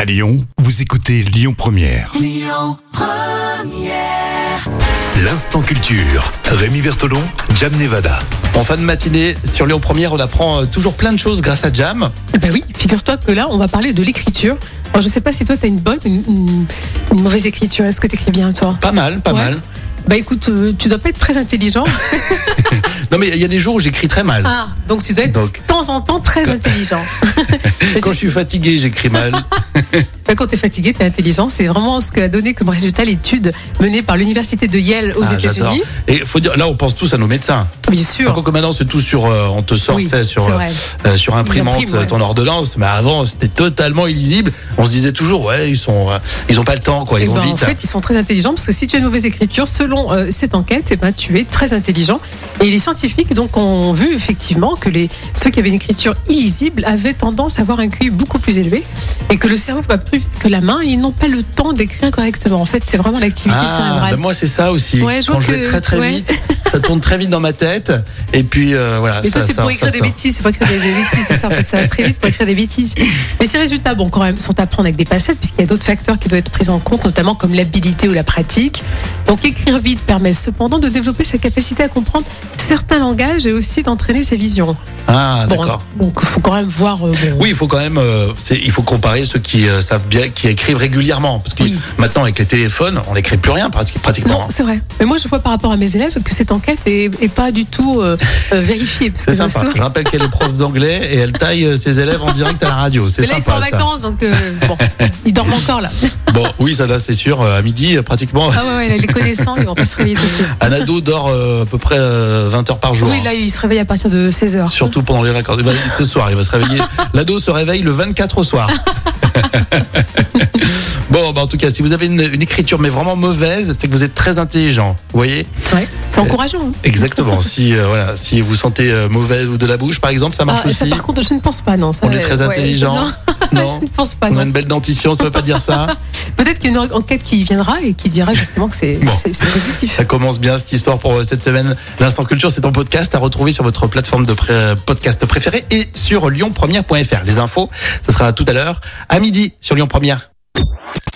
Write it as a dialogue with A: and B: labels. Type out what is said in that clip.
A: À Lyon, vous écoutez Lyon Première. Lyon Première. L'instant culture. Rémi Bertolon, Jam Nevada.
B: En fin de matinée, sur Lyon Première, on apprend euh, toujours plein de choses grâce à Jam.
C: Ben oui, figure-toi que là, on va parler de l'écriture. Alors, je sais pas si toi, tu as une bonne ou une, une- une mauvaise écriture. Est-ce que tu écris bien, toi
B: Pas mal, pas
C: Ouais.
B: mal.
C: Bah écoute, euh, tu dois pas être très intelligent.
B: Non mais il y a des jours où j'écris très mal.
C: Ah, donc tu dois être
B: Donc.
C: de temps en temps très intelligent. Je
B: Quand je
C: sais-
B: suis fatigué, j'écris mal.
C: Bah, quand t'es fatigué, t'es intelligent. C'est vraiment ce qu'a donné comme résultat l'étude menée par l'université de Yale aux
B: Ah, j'adore.
C: États-Unis.
B: Et faut dire, là, on pense tous à nos médecins.
C: Bien
B: Par
C: sûr.
B: contre, maintenant, c'est tout sur, euh, on te sort,
C: Oui,
B: tu sais, sur,
C: c'est
B: euh,
C: vrai.
B: euh, sur imprimante,
C: L'imprime, ouais.
B: ton ordonnance. Mais avant, c'était totalement illisible. On se disait toujours, ouais, ils sont, euh, ils ont pas le temps, quoi, ils
C: Eh
B: vont
C: ben,
B: vite.
C: en fait, ils sont très intelligents parce que si tu as une mauvaise écriture, selon euh, cette enquête, eh ben, tu es très intelligent. Et les scientifiques donc ont vu effectivement que les, ceux qui avaient une écriture illisible avaient tendance à avoir un QI beaucoup plus élevé et que le cerveau va plus vite que la main. Ils n'ont pas le temps d'écrire correctement. En fait, c'est vraiment l'activité
B: Ah,
C: cérébrale.
B: ben moi c'est ça aussi.
C: Ouais, je vois
B: Quand je vais
C: que-
B: très très
C: ouais.
B: vite, ça tourne très vite dans ma tête. Et puis euh, voilà.
C: Mais
B: ça-
C: toi, c'est
B: ça-
C: pour
B: ça
C: écrire des
B: sort.
C: bêtises, c'est pour écrire des, des bêtises, c'est ça, en fait, ça va très vite pour écrire des bêtises. Mais ces résultats, bon, quand même, sont à prendre avec des passettes, puisqu'il y a d'autres facteurs qui doivent être pris en compte, notamment comme l'habilité ou la pratique. Donc, écrire vite permet cependant de développer sa capacité à comprendre certains langages et aussi d'entraîner ses visions.
B: Ah
C: Bon,
B: d'accord.
C: donc, il faut quand même voir. euh, bon,
B: Oui, il faut quand même, euh, c'est- il faut comparer ceux qui euh, savent bien, qui écrivent régulièrement, parce que
C: Oui.
B: maintenant avec les téléphones, on n'écrit plus rien prati- pratiquement.
C: Non,
B: hein.
C: c'est vrai. Mais moi, je vois par rapport à mes élèves que cette enquête est, est pas du tout euh, euh, vérifiée. parce
B: C'est
C: que je me
B: sympa.
C: souviens-
B: Je rappelle qu'elle est prof d'anglais et elle taille euh, ses élèves en direct à la radio. C'est
C: Mais là, ils sont en
B: sympa. ça.
C: vacances, donc euh, bon, ils dorment encore là.
B: Bon, oui, ça là, c'est sûr. euh, À midi, euh, pratiquement,
C: Ah ouais, ouais, là, les connaissants, ils vont pas se réveiller tout de suite.
B: un ado dort euh, à peu près euh, 20 heures par jour.
C: Oui,
B: hein.
C: là, il se réveille à partir de 16h.
B: Surtout pendant les vacances. Il va- Ce soir, il va se réveiller. L'ado se réveille le 24 au soir. bon, bah, en tout cas, si vous avez une, une écriture mais vraiment mauvaise, c'est que vous êtes très intelligent. Vous voyez
C: C'est encourageant. hein.
B: Exactement. Si euh, voilà, si vous sentez euh, mauvais ou de la bouche, par exemple, ça marche
C: Ah,
B: aussi.
C: ça, par contre, je ne pense pas, non. ça,
B: On est très
C: ouais,
B: intelligent.
C: je- Non,
B: Non.
C: je ne pense pas,
B: On a une
C: non.
B: belle dentition, ça veut pas dire ça.
C: Peut-être qu'il y a une enquête qui viendra et qui dira justement que c'est
B: Bon.
C: c'est- c'est positif.
B: Ça commence bien cette histoire pour euh, cette semaine. L'instant culture, c'est ton podcast à retrouver sur votre plateforme de pré- euh, podcast préférée et sur lyonpremière.fr. Les infos, ça sera tout à l'heure à midi sur Lyon Première.